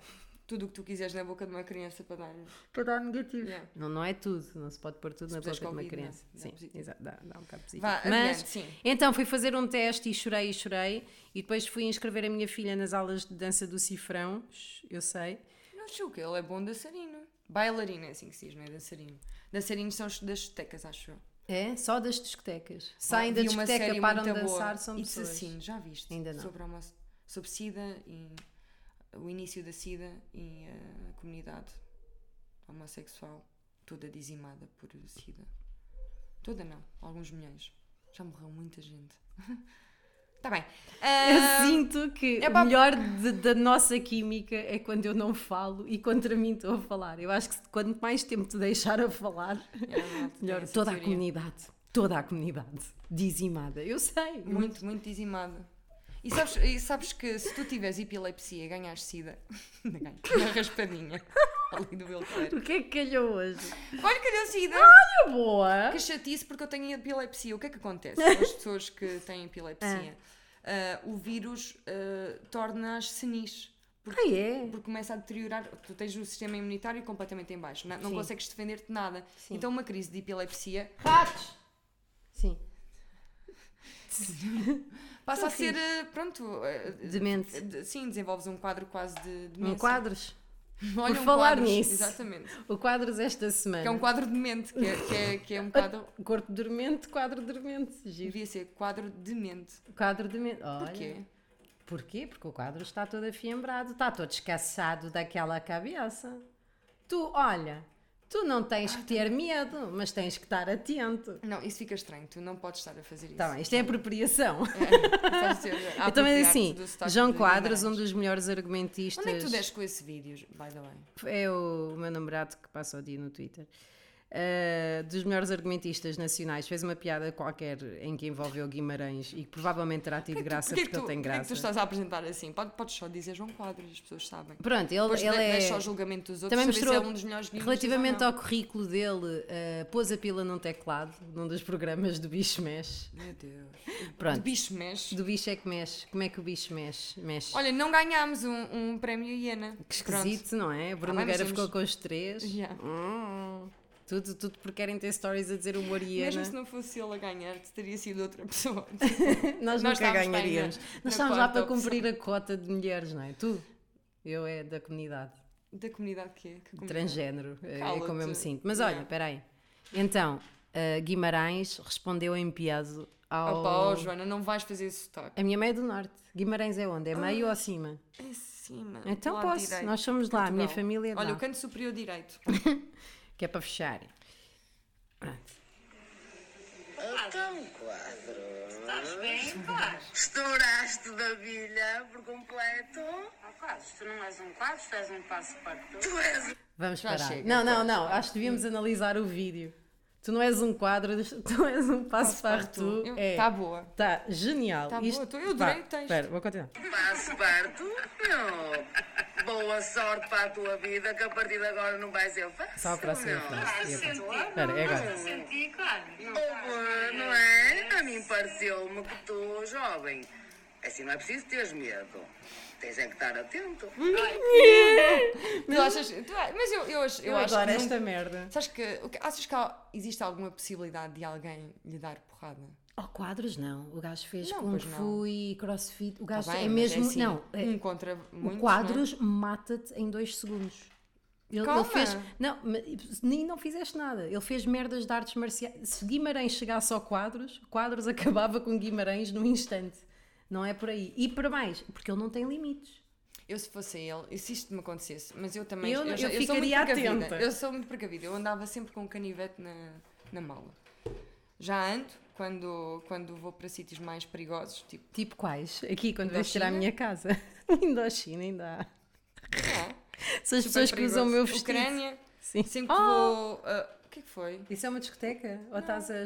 Speaker 1: tudo o que tu quiseres na boca de uma criança para dar.
Speaker 2: para dar negativo.
Speaker 1: Yeah.
Speaker 2: Não, não é tudo, não se pode pôr tudo na boca
Speaker 1: puseres
Speaker 2: de uma
Speaker 1: Covid,
Speaker 2: criança.
Speaker 1: não é? Dá
Speaker 2: Sim,
Speaker 1: positivo.
Speaker 2: exato, dá, dá um bocado positivo.
Speaker 1: Vá,
Speaker 2: Mas,
Speaker 1: adiante, sim.
Speaker 2: então fui fazer um teste e chorei e chorei, e depois fui inscrever a minha filha nas aulas de dança do cifrão, Shh, eu sei.
Speaker 1: Não chuca, ele é bom dançarino. Bailarino é assim que se diz, não é dançarino. Dançarinos são os das discotecas, acho eu.
Speaker 2: É? Só das discotecas. Saem da
Speaker 1: Vi uma
Speaker 2: discoteca,
Speaker 1: série
Speaker 2: param de
Speaker 1: muito boa.
Speaker 2: dançar, são
Speaker 1: It's
Speaker 2: pessoas.
Speaker 1: assim, já viste?
Speaker 2: Ainda não.
Speaker 1: Sobre, a homo- sobre SIDA e o início da SIDA e a comunidade homossexual toda dizimada por SIDA. Toda não, alguns milhões. Já morreu muita gente. Está bem.
Speaker 2: Eu
Speaker 1: Ah,
Speaker 2: sinto que
Speaker 1: é
Speaker 2: o
Speaker 1: pá-
Speaker 2: melhor de- da nossa química é quando eu não falo e contra mim estou a falar. Eu acho que se- quanto mais tempo te deixar a falar,
Speaker 1: é, malta, tem
Speaker 2: melhor.
Speaker 1: essa
Speaker 2: Toda a
Speaker 1: teoria.
Speaker 2: comunidade, toda a comunidade dizimada. Eu sei.
Speaker 1: Muito, muito dizimada. E sabes, e sabes que se tu tiveres epilepsia e ganhares sida, ainda ganho, uma raspadinha ali do Will Clare.
Speaker 2: O que é que calhou hoje?
Speaker 1: Olha que deu sida!
Speaker 2: Tá boa!
Speaker 1: Que chatice porque eu tenho epilepsia. O que é que acontece com as pessoas que têm epilepsia? Ah, o vírus ah, torna-as senis. Porque,
Speaker 2: Ah, é?
Speaker 1: porque começa a deteriorar. Tu tens o sistema imunitário completamente em baixo. Não, não
Speaker 2: Sim.
Speaker 1: consegues defender-te de nada.
Speaker 2: Sim.
Speaker 1: Então uma crise de epilepsia
Speaker 2: Ratos! Sim.
Speaker 1: passa
Speaker 2: Então,
Speaker 1: a ser,
Speaker 2: sim.
Speaker 1: ah, pronto... ah,
Speaker 2: Demente.
Speaker 1: de- Sim, desenvolves um quadro quase de demência.
Speaker 2: Um quadros.
Speaker 1: Olha, um
Speaker 2: Por falar
Speaker 1: quadro,
Speaker 2: nisso.
Speaker 1: Exatamente.
Speaker 2: O quadros esta semana.
Speaker 1: Que é um quadro demente, que é, que é, que é um bocado.
Speaker 2: Corpo dormente, quadro dormente. Giro.
Speaker 1: Devia ser quadro demente.
Speaker 2: Quadro dormente. Olha.
Speaker 1: Porquê?
Speaker 2: Porquê? Porque o quadro está todo afiembrado, está todo escassado daquela cabeça. Tu, olha, tu não tens que ter medo, mas tens que estar atento.
Speaker 1: Não, isso fica estranho, tu não podes estar a fazer isso.
Speaker 2: Tá bem, isto é apropriação.
Speaker 1: Estás a ser- a
Speaker 2: Eu também
Speaker 1: apropriar-te
Speaker 2: assim,
Speaker 1: do sotaque
Speaker 2: João
Speaker 1: de
Speaker 2: Quadros, um
Speaker 1: Guimarães.
Speaker 2: dos melhores argumentistas.
Speaker 1: Onde é que tu deste com esse vídeo, by the way?
Speaker 2: É o meu namorado que passa o dia no Twitter. Uh, dos melhores argumentistas nacionais, fez uma piada qualquer em que envolveu Guimarães e que provavelmente terá tido graça
Speaker 1: Porquê que
Speaker 2: porque ele
Speaker 1: tu-
Speaker 2: tem
Speaker 1: porquê é que tu
Speaker 2: graça.
Speaker 1: estás a apresentar assim? Pode- Podes só dizer João Quadros, as pessoas sabem.
Speaker 2: Pronde,
Speaker 1: Depois
Speaker 2: ele, ele
Speaker 1: de-
Speaker 2: é.
Speaker 1: deixa o julgamento dos outros,
Speaker 2: Também
Speaker 1: saber se
Speaker 2: mostrou
Speaker 1: é um dos melhores guionistas
Speaker 2: Relativamente
Speaker 1: ou
Speaker 2: ao currículo dele, eh, pôs a pila num teclado, num dos programas do Bicho Mexe.
Speaker 1: não. Meu Deus. De
Speaker 2: Pronto,
Speaker 1: bicho mexe.
Speaker 2: do Bicho é que mexe. Como é que o Bicho mexe? mexe.
Speaker 1: Olha, não ganhámos um, um prémio Iena.
Speaker 2: que esquisito, não é? Bruno
Speaker 1: bem, Ah, mas
Speaker 2: Nogueira
Speaker 1: vamos- Uhum.
Speaker 2: ficou com os três.
Speaker 1: Yeah.
Speaker 2: Hum. tudo, tudo porque querem ter stories a dizer o
Speaker 1: Mesmo
Speaker 2: Moriana.
Speaker 1: se não fosse ele a ganhar, teria sido outra pessoa. nós
Speaker 2: Nós nunca
Speaker 1: estávamos bem na-
Speaker 2: ganharíamos.
Speaker 1: na
Speaker 2: Nós estamos lá
Speaker 1: quarta
Speaker 2: para cumprir a cota de mulheres, não é? Tu, eu é da comunidade.
Speaker 1: da comunidade que é? Que comunidade?
Speaker 2: transgénero, é
Speaker 1: Cala-te.
Speaker 2: como eu me sinto. Mas
Speaker 1: Yeah.
Speaker 2: olha, peraí. Então, ah, Guimarães respondeu em piado ao.
Speaker 1: Opa, oh, Joana, não vais fazer esse sotaque.
Speaker 2: A minha mãe é do norte. Guimarães é
Speaker 1: Ah.
Speaker 2: onde? É meio ou cima?
Speaker 1: É em cima.
Speaker 2: Então
Speaker 1: do lado
Speaker 2: posso,
Speaker 1: direito.
Speaker 2: nós somos lá, a minha
Speaker 1: Portugal.
Speaker 2: família é de
Speaker 1: Olha,
Speaker 2: lá.
Speaker 1: o canto superior direito.
Speaker 2: Que é para fechar. Pronto.
Speaker 3: Então, quadro.
Speaker 4: Estás bem, Quadros?
Speaker 3: Estouraste da bilha por completo.
Speaker 4: Ah, Quadros, tu não és um Quadros, tu és um passaporte.
Speaker 3: Tu és
Speaker 2: Vamos
Speaker 1: Já
Speaker 2: parar.
Speaker 1: chega,
Speaker 2: não, não,
Speaker 1: pois,
Speaker 2: não. Acho que devíamos analisar o vídeo. Tu não és um quadro, tu és um passo-partout.
Speaker 1: Eu-
Speaker 2: É.
Speaker 1: Tá boa.
Speaker 2: Tá genial.
Speaker 1: Tá
Speaker 2: Isto-
Speaker 1: boa, tô- eu adorei
Speaker 2: Vá,
Speaker 1: o texto.
Speaker 2: Espera, vou continuar.
Speaker 3: um passo parto. Meu. Boa sorte para a tua vida, que a partir de agora não vai ser fácil.
Speaker 2: Só a próxima
Speaker 3: meu.
Speaker 2: frase. E a próxima. Espera, é agora.
Speaker 4: Estás a sentir, Quadros? Não
Speaker 3: Houve, não é? A mim pareceu-me que tu, jovem, assim não é preciso teres medo. Tens é que estar atento.
Speaker 1: Tu achas, tu- mas eu, eu, acho- eu
Speaker 2: Eu
Speaker 1: acho
Speaker 2: adoro
Speaker 1: que nunca-
Speaker 2: esta merda.
Speaker 1: Sabes que, o que- achas que há- existe alguma possibilidade de alguém lhe dar porrada?
Speaker 2: Oh, quadros não. O gajo fez
Speaker 1: Não,
Speaker 2: Kung
Speaker 1: pois não.
Speaker 2: Fu e Crossfit. O gajo
Speaker 1: Tá bem,
Speaker 2: é
Speaker 1: mas
Speaker 2: mesmo.
Speaker 1: assim,
Speaker 2: não, é-
Speaker 1: um contra muitos, é?
Speaker 2: o quadros mata-te em dois segundos. Ele, ele
Speaker 1: Calma.
Speaker 2: fez. Não, mas nem não fizeste nada. Ele fez merdas de artes marciais. Se Guimarães chegasse ao quadros, quadros acabava com Guimarães num instante. Não é por aí. E para mais, porque ele não tem limites.
Speaker 1: não é? Eu se fosse ele, e se isto me acontecesse, mas eu também
Speaker 2: Eu- eu
Speaker 1: sou- sou muito
Speaker 2: ficaria
Speaker 1: precavida.
Speaker 2: atenta.
Speaker 1: Eu sou muito precavida. Eu andava sempre com um canivete na, na mala. Já ando quando, quando vou para sítios mais perigosos, tipo.
Speaker 2: Tipo quais? Aqui, quando vais tirar a
Speaker 1: Indochina?
Speaker 2: minha casa. Indochina, ainda há.
Speaker 1: É,
Speaker 2: São as pessoas que usam o meu vestido.
Speaker 1: Ucrânia.
Speaker 2: Sim.
Speaker 1: Sempre que
Speaker 2: Oh!
Speaker 1: vou. ah, o que é que foi? Ah,
Speaker 2: Isso é uma discoteca? Ou estás a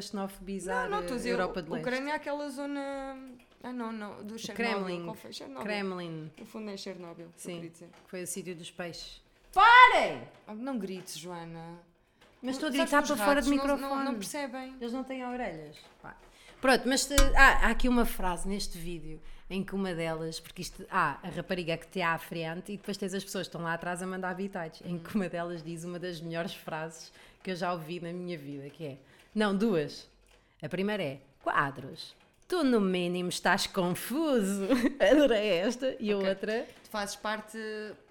Speaker 1: não,
Speaker 2: xenofobizar não,
Speaker 1: não, estou a dizer,
Speaker 2: Europa de
Speaker 1: o-
Speaker 2: Leste?
Speaker 1: Ucrânia é aquela zona. Ah, não, não. Do Chernobyl.
Speaker 2: Kremlin.
Speaker 1: Qual foi? Chernobyl.
Speaker 2: Kremlin,
Speaker 1: No fundo é Chernobyl, Sim. eu
Speaker 2: sim.
Speaker 1: queria dizer.
Speaker 2: Que foi o sítio dos peixes. Parem!
Speaker 1: Ah, Não grites, Joana.
Speaker 2: Mas estou a
Speaker 1: Sabes
Speaker 2: gritar
Speaker 1: que
Speaker 2: para
Speaker 1: os
Speaker 2: fora do
Speaker 1: ratos não-
Speaker 2: microfone.
Speaker 1: Não, não percebem.
Speaker 2: Eles não têm orelhas. Pá. Pronto, mas te- ah, há aqui uma frase neste vídeo em que uma delas, porque isto há a rapariga é que te há à frente e depois tens as pessoas que estão lá atrás a mandar bitites, em que uma delas diz uma das melhores frases que eu já ouvi na minha vida, que é não, duas. A primeira é quadros. Tu no mínimo estás confuso. Adorei esta. E a
Speaker 1: Ok.
Speaker 2: outra,
Speaker 1: Tu fazes parte.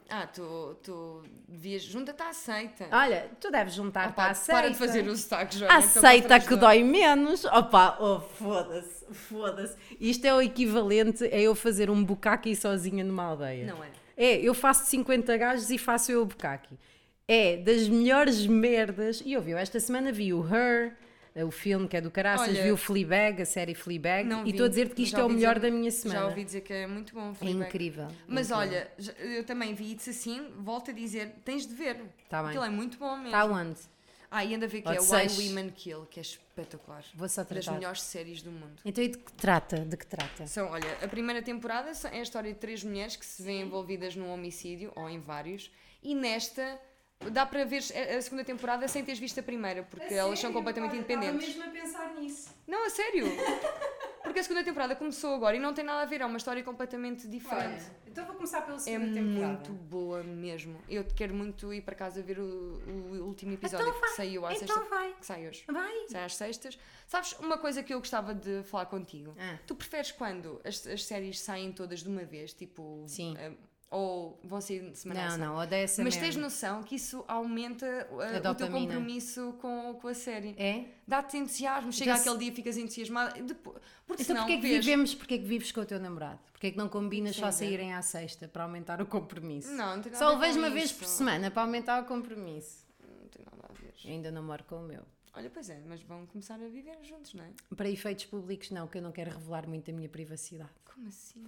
Speaker 1: Ah, tu, tu devias. Junta-te à seita.
Speaker 2: olha, tu deves juntar-te
Speaker 1: Opa,
Speaker 2: Ah, à seita.
Speaker 1: para de fazer o sotaque, Joana. então que eu
Speaker 2: Aceita
Speaker 1: gosto de
Speaker 2: que
Speaker 1: ajudar.
Speaker 2: dói menos. Opa, oh, foda-se, foda-se. Isto é o equivalente a eu fazer um bucaque sozinha numa aldeia.
Speaker 1: Não é.
Speaker 2: É, eu faço 50 gajos e faço eu o bucaque. É das melhores merdas. E eu vi, eu esta semana vi o Her, o filme que é do Caraças,
Speaker 1: Olha,
Speaker 2: vi o Fleabag, a série Fleabag.
Speaker 1: Não
Speaker 2: e
Speaker 1: vi,
Speaker 2: estou a dizer-te que
Speaker 1: mas
Speaker 2: isto
Speaker 1: já
Speaker 2: é o
Speaker 1: ouvi
Speaker 2: melhor
Speaker 1: dizer-
Speaker 2: da minha semana.
Speaker 1: Já ouvi dizer que é muito bom. o
Speaker 2: É
Speaker 1: feedback.
Speaker 2: incrível.
Speaker 1: Mas
Speaker 2: incrível.
Speaker 1: olha, já- eu também vi e disse assim, volto a dizer, tens de ver.
Speaker 2: Tá bem.
Speaker 1: Aquilo é muito bom mesmo.
Speaker 2: Está onde?
Speaker 1: Ah, e anda a ver que
Speaker 2: Ou
Speaker 1: é
Speaker 2: de
Speaker 1: Why
Speaker 2: seis.
Speaker 1: Women Kill, que é espetacular.
Speaker 2: Vou só
Speaker 1: das
Speaker 2: tratar.
Speaker 1: melhores séries do mundo.
Speaker 2: Então e de que trata? De que trata?
Speaker 1: São, olha, a primeira temporada são- é a história de três mulheres que se vêem envolvidas num homicídio, ou em vários, e nesta dá para ver a a segunda temporada sem teres visto a primeira, porque elas são completamente independentes.
Speaker 5: mesmo a pensar nisso.
Speaker 1: Não, a sério! Porque a segunda temporada começou agora e não tem nada a ver, é uma história completamente diferente.
Speaker 5: então vou começar pela
Speaker 1: É
Speaker 5: segunda temporada.
Speaker 1: muito boa mesmo. Eu quero muito ir para casa ver o, o último episódio
Speaker 2: Então
Speaker 1: que
Speaker 2: vai,
Speaker 1: saiu à
Speaker 2: então
Speaker 1: sexta.
Speaker 2: vai.
Speaker 1: Que sai hoje.
Speaker 2: Vai.
Speaker 1: Sai às sextas. Sabes uma coisa que eu gostava de falar contigo?
Speaker 2: Ah.
Speaker 1: Tu preferes quando as, as séries saem todas de uma vez, tipo.
Speaker 2: Sim.
Speaker 1: eh, ou vão sair de semana a
Speaker 2: Não,
Speaker 1: semana?
Speaker 2: não, odeio essa
Speaker 1: Mas
Speaker 2: merda.
Speaker 1: tens noção que isso aumenta eh,
Speaker 2: A
Speaker 1: o teu
Speaker 2: dopamina.
Speaker 1: compromisso com, com a série.
Speaker 2: É?
Speaker 1: Dá-te entusiasmo, chega
Speaker 2: Já se-
Speaker 1: aquele dia e ficas entusiasmada. Depois, porque
Speaker 2: Então
Speaker 1: senão
Speaker 2: porquê é que
Speaker 1: vês-
Speaker 2: vivemos, porquê é que vives com o teu namorado? Porquê é que não combinas
Speaker 1: Sim,
Speaker 2: só
Speaker 1: é.
Speaker 2: saírem à sexta para aumentar o compromisso?
Speaker 1: Não, não tem nada a
Speaker 2: Só
Speaker 1: ver
Speaker 2: o vejo
Speaker 1: com
Speaker 2: uma vez
Speaker 1: isso.
Speaker 2: por semana para aumentar o compromisso.
Speaker 1: Não tem nada a ver.
Speaker 2: Eu ainda não moro com o meu.
Speaker 1: Olha, pois é, mas vão começar a viver juntos, não é?
Speaker 2: Para efeitos públicos, não, que eu não quero revelar muito a minha privacidade.
Speaker 1: Como assim?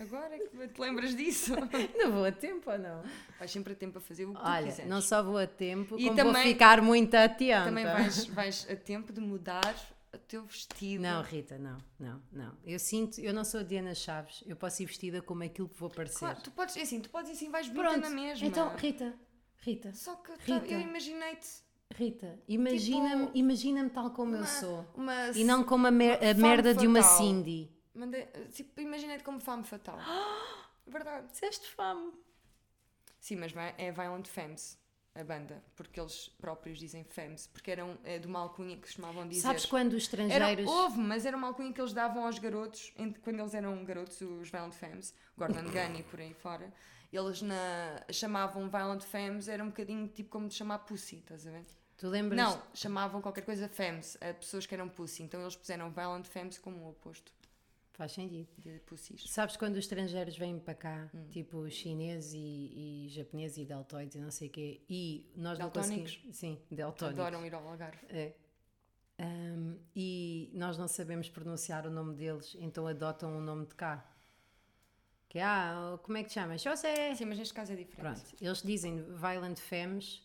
Speaker 1: Agora é que te lembras disso?
Speaker 2: Não vou a tempo ou não?
Speaker 1: Vais sempre a tempo a fazer o que tu
Speaker 2: Olha,
Speaker 1: quiseres.
Speaker 2: não só vou a tempo,
Speaker 1: E
Speaker 2: como vou
Speaker 1: também-
Speaker 2: ficar muito atenta.
Speaker 1: Também vais, vais a tempo de mudar o teu vestido.
Speaker 2: Não, Rita, não, não, não. Eu sinto, eu não sou a Diana Chaves, eu posso ir vestida como aquilo que vou parecer.
Speaker 1: Claro, tu podes, é assim, tu podes ir assim, vais bonita
Speaker 2: Pronto,
Speaker 1: na mesma.
Speaker 2: então, Rita, Rita,
Speaker 1: Só que tá-
Speaker 2: Rita.
Speaker 1: eu imaginei-te
Speaker 2: Rita, imagina-me
Speaker 1: Tipo,
Speaker 2: imagina tal como eu
Speaker 1: uma,
Speaker 2: sou.
Speaker 1: uma
Speaker 2: E não como a, mer-
Speaker 1: fome
Speaker 2: a merda de uma
Speaker 1: fatal.
Speaker 2: Cindy.
Speaker 1: mandei- tipo, imaginei-te como fome fatal.
Speaker 2: Ah!
Speaker 1: Verdade.
Speaker 2: Disseste fome.
Speaker 1: Sim, mas vai, é vai onde Fems, a banda, porque eles próprios dizem Fems, porque eram é, de uma alcunha que costumavam dizer.
Speaker 2: Sabes quando os
Speaker 1: Era,
Speaker 2: estrangeiros.
Speaker 1: houve, mas era uma alcunha que eles davam aos garotos, ent- quando eles eram garotos, os Violent Femmes, Gordon Gunn e por aí fora, eles na, chamavam Violent Femmes, era um bocadinho tipo como de chamar Pussy, estás a ver?
Speaker 2: Tu lembras?
Speaker 1: Não, chamavam qualquer coisa Femmes, a pessoas que eram Pussy, então eles puseram Violent Femmes como o oposto
Speaker 2: Faz sentido.
Speaker 1: de Pussies.
Speaker 2: Sabes quando os estrangeiros vêm para cá,
Speaker 1: Hum.
Speaker 2: tipo chineses e, e japoneses e deltoides e não sei o quê, e nós não
Speaker 1: Daltónicos.
Speaker 2: conseguimos. Sim, deltónicos.
Speaker 1: Adoram ir ao Algarve.
Speaker 2: É. Ahm, e nós não sabemos pronunciar o nome deles, então adotam o nome de cá. Que ah, como é que te chamas? José!
Speaker 1: Sim, mas neste caso é diferente.
Speaker 2: Pronto, eles dizem violent femmes,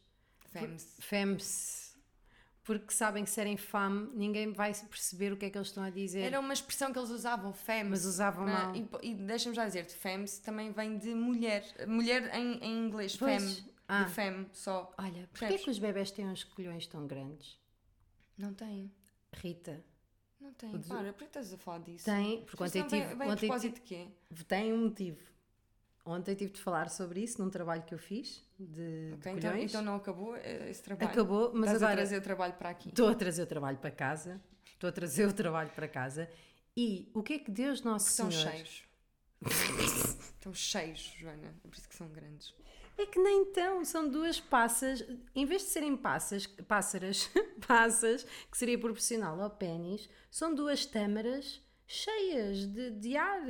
Speaker 1: Femmes.
Speaker 2: Fems. Porque sabem que serem fam, ninguém vai perceber o que é que eles estão a dizer.
Speaker 1: Era uma expressão que eles usavam, Femmes.
Speaker 2: Mas usavam
Speaker 1: Ah,
Speaker 2: mal.
Speaker 1: e po- e deixa-me já dizer-te, Femmes também vem de mulher. Mulher em, em inglês,
Speaker 2: Pois.
Speaker 1: Femme.
Speaker 2: Ah.
Speaker 1: De Femme, só.
Speaker 2: Olha, porquê
Speaker 1: Percebes?
Speaker 2: que os bebés têm uns colhões tão grandes?
Speaker 1: Não tem.
Speaker 2: Rita,
Speaker 1: Não tem. Para, por que estás a falar disso?
Speaker 2: tem, porque
Speaker 1: Isto
Speaker 2: ontem
Speaker 1: não vem-
Speaker 2: tive,
Speaker 1: vem a
Speaker 2: ontem
Speaker 1: propósito é. de quê?
Speaker 2: tive- tem um motivo. Ontem tive de falar sobre isso num trabalho que eu fiz de, de
Speaker 1: Ok, então,
Speaker 2: colhões.
Speaker 1: então não acabou eh, esse trabalho?
Speaker 2: Acabou, mas
Speaker 1: Estás a
Speaker 2: agora
Speaker 1: trazer o trabalho para aqui.
Speaker 2: estou a trazer o trabalho para casa. Estou a trazer o trabalho para casa. E o que é que Deus Nosso
Speaker 1: Estão
Speaker 2: Senhor...
Speaker 1: cheios. Estão cheios, Joana. É por isso que são grandes.
Speaker 2: É que nem tão, são duas passas, em vez de serem passas, pássaras, passas, que seria proporcional ao pênis, são duas tâmaras cheias de, de ar.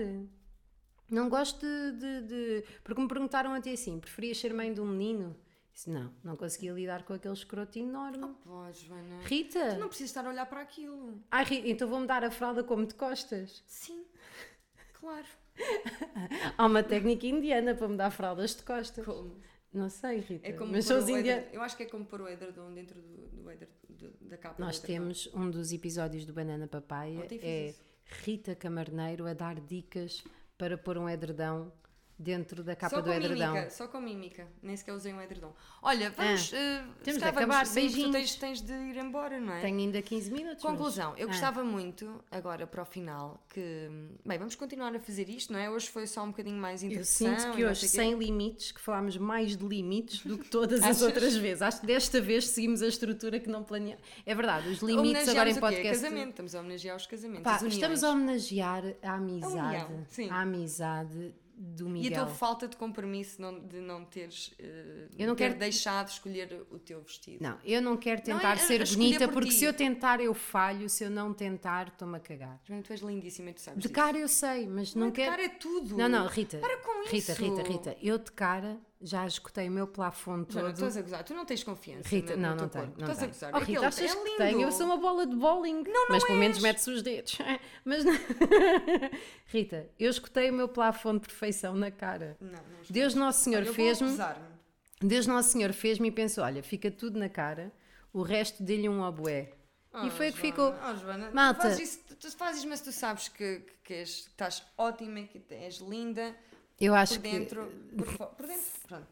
Speaker 2: Não gosto de, de- de- Porque me perguntaram até assim: preferias ser mãe de um menino? Disse, não, não conseguia lidar com aquele escroto enorme.
Speaker 1: Pô, Joana.
Speaker 2: Rita!
Speaker 1: Tu não precisas estar a olhar para aquilo.
Speaker 2: Ai, Rita, então vou-me dar a fralda como de costas.
Speaker 1: Sim, claro.
Speaker 2: Há uma técnica indiana para me dar fraldas de costas.
Speaker 1: Como?
Speaker 2: Não sei, Rita.
Speaker 1: É como
Speaker 2: Eh, mas
Speaker 1: pôr
Speaker 2: são
Speaker 1: o
Speaker 2: os indianos.
Speaker 1: edredom- Eu acho que é como pôr o edredom dentro do, do edredom, do- da capa. do
Speaker 2: Nós
Speaker 1: edredom.
Speaker 2: temos um dos episódios do Banana Papaya
Speaker 1: Ontem fiz
Speaker 2: é
Speaker 1: isso.
Speaker 2: Rita Camarneiro a dar dicas para pôr um edredão dentro da capa
Speaker 1: só
Speaker 2: do
Speaker 1: com
Speaker 2: edredão.
Speaker 1: mímica, só com mímica. Nem sequer usei um edredom. Olha, vamos. eh, se
Speaker 2: Temos de
Speaker 1: calhar vamos-
Speaker 2: acabar.
Speaker 1: sim, porque tu tens,
Speaker 2: Beijinhos.
Speaker 1: tens de ir embora, não é?
Speaker 2: Tenho ainda 15 minutos. mas-
Speaker 1: Conclusão, eu
Speaker 2: Ah,
Speaker 1: gostava muito, agora para o final, que. Bem, vamos continuar a fazer isto, não é? Hoje foi só um bocadinho mais
Speaker 2: Eu
Speaker 1: introdução.
Speaker 2: sinto que
Speaker 1: e não
Speaker 2: hoje,
Speaker 1: sei o quê.
Speaker 2: sem limites, que falámos mais de limites do que todas as
Speaker 1: Achas?
Speaker 2: outras vezes. Acho que desta vez seguimos a estrutura que não planeámos. É verdade, os limites
Speaker 1: Homenageamos
Speaker 2: agora em
Speaker 1: o quê?
Speaker 2: podcast.
Speaker 1: Casamento, estamos a homenagear os casamentos.
Speaker 2: Pá,
Speaker 1: as uniões.
Speaker 2: estamos a homenagear a amizade.
Speaker 1: união, sim.
Speaker 2: a amizade do
Speaker 1: E a
Speaker 2: Miguel.
Speaker 1: tua falta de compromisso não- de não teres. eh,
Speaker 2: Eu não
Speaker 1: ter
Speaker 2: quero-
Speaker 1: deixado escolher o teu vestido.
Speaker 2: Não, eu não quero
Speaker 1: Não,
Speaker 2: tentar
Speaker 1: é-
Speaker 2: ser
Speaker 1: escolher
Speaker 2: bonita
Speaker 1: por
Speaker 2: porque
Speaker 1: ti.
Speaker 2: se eu tentar eu falho, se eu não tentar estou-me a cagar.
Speaker 1: Joana, tu és lindíssima e tu sabes.
Speaker 2: De
Speaker 1: disso.
Speaker 2: cara eu sei, mas
Speaker 1: é.
Speaker 2: não,
Speaker 1: Não é de
Speaker 2: quero.
Speaker 1: cara é tudo.
Speaker 2: Não, não, Rita.
Speaker 1: Para com
Speaker 2: Rita,
Speaker 1: isso.
Speaker 2: Rita, Rita. Eu de cara já escutei o meu plafond
Speaker 1: Joana,
Speaker 2: todo.
Speaker 1: estás a gozar. Tu não tens confiança.
Speaker 2: Rita,
Speaker 1: no-
Speaker 2: não,
Speaker 1: no teu
Speaker 2: não tenho.
Speaker 1: corpo.
Speaker 2: Não
Speaker 1: estás
Speaker 2: tenho.
Speaker 1: a gozar.
Speaker 2: Oh,
Speaker 1: Aquilo
Speaker 2: Rita, achas
Speaker 1: é lindo.
Speaker 2: que tenho? Eu sou uma bola de bowling. Não, não Mas pelo menos metes os dedos. mas não- Rita, eu escutei o meu plafond de perfeição na cara.
Speaker 1: Não, não estou.
Speaker 2: Deus Nosso Senhor
Speaker 1: Olha, eu vou
Speaker 2: fez-me.
Speaker 1: acusar-me.
Speaker 2: Deus Nosso Senhor fez-me e pensou: olha, fica tudo na cara, o resto dê-lhe um obué.
Speaker 1: Ah,
Speaker 2: e foi o que
Speaker 1: Joana,
Speaker 2: ficou.
Speaker 1: ah, Joana, tu
Speaker 2: Malta.
Speaker 1: fazes isso- tu, tu fazes, mas tu sabes que, que, que és- estás ótima, que te- és linda.
Speaker 2: Eu acho
Speaker 1: Por dentro.
Speaker 2: que.
Speaker 1: Por, fo- por dentro. Pronto.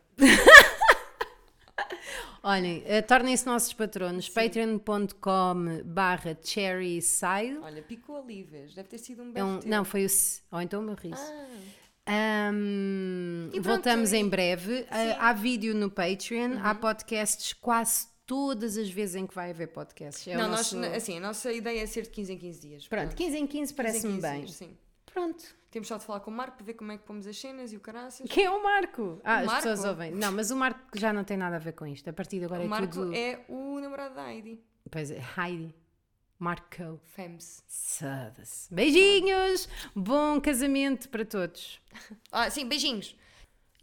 Speaker 2: Olhem, eh, tornem-se nossos patronos. Patreon.com barra cherryside.
Speaker 1: Olha, picou ali, vês? Deve ter sido um
Speaker 2: É
Speaker 1: belo.
Speaker 2: um,
Speaker 1: teu.
Speaker 2: não, foi o se. Ou então o meu riso.
Speaker 1: Ah.
Speaker 2: Ahm,
Speaker 1: E pronto,
Speaker 2: voltamos
Speaker 1: e-
Speaker 2: em breve. Ah, há vídeo no Patreon, há
Speaker 1: Uhum.
Speaker 2: podcasts quase todas as vezes em que vai haver podcasts. É o
Speaker 1: não,
Speaker 2: nosso-
Speaker 1: nós, assim, a nossa ideia é ser de 15 em 15 dias.
Speaker 2: Pronto, 15 em 15 parece-me
Speaker 1: 15 em
Speaker 2: bem.
Speaker 1: 15 dias, sim.
Speaker 2: Pronto.
Speaker 1: Temos só de falar com o Marco para ver como é que pomos as cenas e o caraças.
Speaker 2: Quem é o Marco? Ah, as
Speaker 1: Marco?
Speaker 2: pessoas ouvem. Não, mas o Marco já não tem nada a ver com isto. A partir de agora
Speaker 1: O
Speaker 2: é
Speaker 1: Marco
Speaker 2: tudo.
Speaker 1: é o namorado da Heidi.
Speaker 2: Pois é, Heidi. Marco.
Speaker 1: Fems.
Speaker 2: Foda-se. Beijinhos! Bom casamento para todos.
Speaker 1: Ah, sim, beijinhos.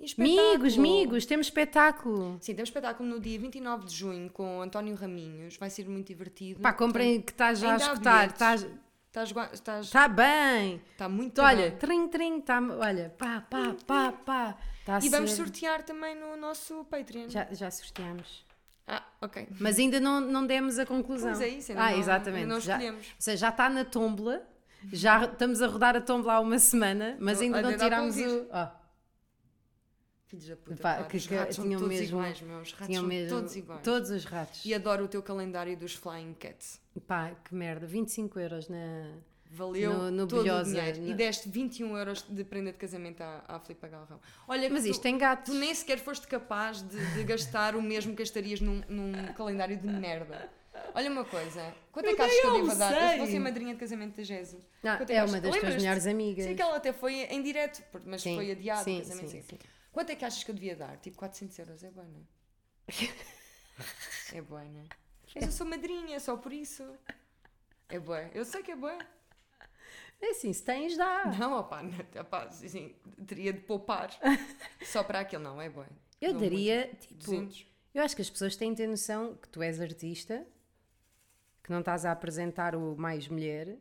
Speaker 1: E espetáculo.
Speaker 2: Amigos, amigos, temos espetáculo.
Speaker 1: Sim, temos espetáculo no dia 29 de junho com o António Raminhos. Vai ser muito divertido.
Speaker 2: Pá, comprem que estás já a
Speaker 1: Ainda há
Speaker 2: escutar.
Speaker 1: bilhetes. Tá
Speaker 2: Estás.
Speaker 1: Estás, gua- estás,
Speaker 2: Está bem.
Speaker 1: está muito
Speaker 2: Olha,
Speaker 1: bom.
Speaker 2: trim, trim, tá, olha, pá, pá, pá, pá. Tá a
Speaker 1: E vamos
Speaker 2: ser-
Speaker 1: sortear também no nosso Patreon.
Speaker 2: Já, já sorteamos.
Speaker 1: Ah, ok.
Speaker 2: Mas ainda não, não demos a conclusão.
Speaker 1: Pois é isso, ainda
Speaker 2: ah,
Speaker 1: não-
Speaker 2: exatamente.
Speaker 1: ainda não
Speaker 2: já, ou
Speaker 1: escolhemos.
Speaker 2: seja, já está na tómbola, já estamos a rodar a tómbola há uma semana, mas
Speaker 1: Não,
Speaker 2: ainda
Speaker 1: ainda
Speaker 2: não
Speaker 1: dá para
Speaker 2: tirámos
Speaker 1: ouvir.
Speaker 2: o. ó,
Speaker 1: Filhos da puta.
Speaker 2: Pá,
Speaker 1: claro,
Speaker 2: que-
Speaker 1: os
Speaker 2: que
Speaker 1: ratos são
Speaker 2: tinham
Speaker 1: todos
Speaker 2: mesmo-
Speaker 1: iguais, meus. Os ratos
Speaker 2: tinham
Speaker 1: são
Speaker 2: mesmo.
Speaker 1: todos iguais.
Speaker 2: todos os ratos.
Speaker 1: E adoro o teu calendário dos Flying Cats.
Speaker 2: Pá, que merda. 25 euros na.
Speaker 1: Valeu
Speaker 2: No- no
Speaker 1: todo
Speaker 2: Bilhosa,
Speaker 1: o dinheiro.
Speaker 2: no-
Speaker 1: E deste 21 euros de prenda de casamento à, à Filipa Galrão. Olha, que
Speaker 2: Mas
Speaker 1: tu-
Speaker 2: isto tem gatos.
Speaker 1: Tu nem sequer foste capaz de, de gastar o mesmo que gastarias num, num calendário de merda. Olha uma coisa, quanto é que achas que eu devo dar? Eu vou ser madrinha de casamento da Jéssica.
Speaker 2: Não,
Speaker 1: Quanto que
Speaker 2: é uma
Speaker 1: achas-
Speaker 2: das tuas
Speaker 1: Lembras-te?
Speaker 2: melhores amigas.
Speaker 1: Sim, que ela até foi em direto, por- mas
Speaker 2: Sim,
Speaker 1: foi adiado
Speaker 2: sim,
Speaker 1: o casamento.
Speaker 2: sim,
Speaker 1: Sim, Quanto é que achas que eu devia dar? Tipo 400 euros, é boa, não é? é boa, não é? Mas eu sou madrinha, só por isso. É boa, eu sei que é boa.
Speaker 2: É assim, se tens, dá.
Speaker 1: Não, opá, não- opá, assim, teria de poupar. Só para aquilo, não, é boa.
Speaker 2: Eu
Speaker 1: Dou
Speaker 2: daria,
Speaker 1: muito.
Speaker 2: tipo,
Speaker 1: 200.
Speaker 2: eu acho que as pessoas têm de ter noção que tu és artista, que não estás a apresentar o mais mulher,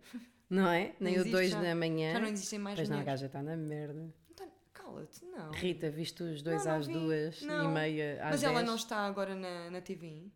Speaker 2: não é? Nem o
Speaker 1: existe
Speaker 2: 2
Speaker 1: já.
Speaker 2: da manhã.
Speaker 1: Já não existem mais
Speaker 2: Pois não, a
Speaker 1: mulheres.
Speaker 2: gaja está na merda.
Speaker 1: Então, Cala-te, não.
Speaker 2: Rita, viste os dois
Speaker 1: Não, não
Speaker 2: às
Speaker 1: vi.
Speaker 2: duas e
Speaker 1: Não.
Speaker 2: meia às
Speaker 1: Mas ela
Speaker 2: dez.
Speaker 1: não está agora na, na TV.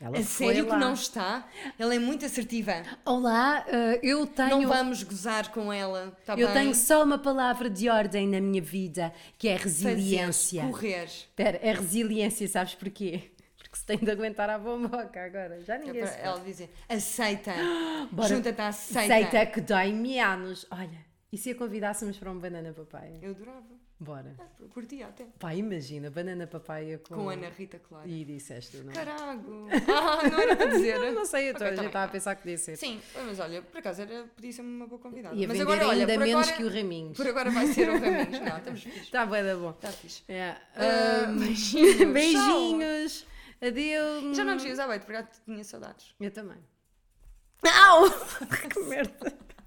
Speaker 2: Ela
Speaker 1: A
Speaker 2: foi
Speaker 1: sério
Speaker 2: lá.
Speaker 1: que não está? Ela é muito assertiva.
Speaker 2: Olá, eh, eu
Speaker 1: Não
Speaker 2: tenho...
Speaker 1: vamos gozar com ela, tá
Speaker 2: eu
Speaker 1: bem?
Speaker 2: tenho só uma palavra de ordem na minha vida, que é resiliência.
Speaker 1: Fazer Correr.
Speaker 2: Espera, é resiliência, sabes porquê? Porque se tem de aguentar à bomboca agora. Já
Speaker 1: É
Speaker 2: ninguém
Speaker 1: para
Speaker 2: se
Speaker 1: ela dizer, aceita.
Speaker 2: Bora.
Speaker 1: Junta-te à aceita.
Speaker 2: Seita que dói-me anos. Olha, e se a convidássemos para um banana papaya?
Speaker 1: Eu adorava.
Speaker 2: Bora.
Speaker 1: Ah, Curtia até.
Speaker 2: Pá, imagina, banana papaya com...
Speaker 1: Com a Ana Rita Clara.
Speaker 2: E disseste, não? é?
Speaker 1: Carago. Ah, não era para dizer.
Speaker 2: Eu não sei, eu
Speaker 1: Ok, tá
Speaker 2: estou- eu
Speaker 1: bem.
Speaker 2: estava a pensar que disse.
Speaker 1: Sim, mas olha, por acaso era, podia ser uma boa convidada.
Speaker 2: E a
Speaker 1: mas
Speaker 2: vender
Speaker 1: agora, olha,
Speaker 2: ainda
Speaker 1: por
Speaker 2: menos
Speaker 1: agora-
Speaker 2: que o Raminhos.
Speaker 1: Por agora vai ser o Raminhos. Não, estamos fixe.
Speaker 2: Está bem, da bom.
Speaker 1: Está fixe.
Speaker 2: É.
Speaker 1: Ah,
Speaker 2: Ahm,
Speaker 1: beijinhos.
Speaker 2: beijinhos. Adeus.
Speaker 1: Já não ah, nos vias à noite, porque já tinha saudades.
Speaker 2: Eu também.
Speaker 1: Au!
Speaker 2: que merda.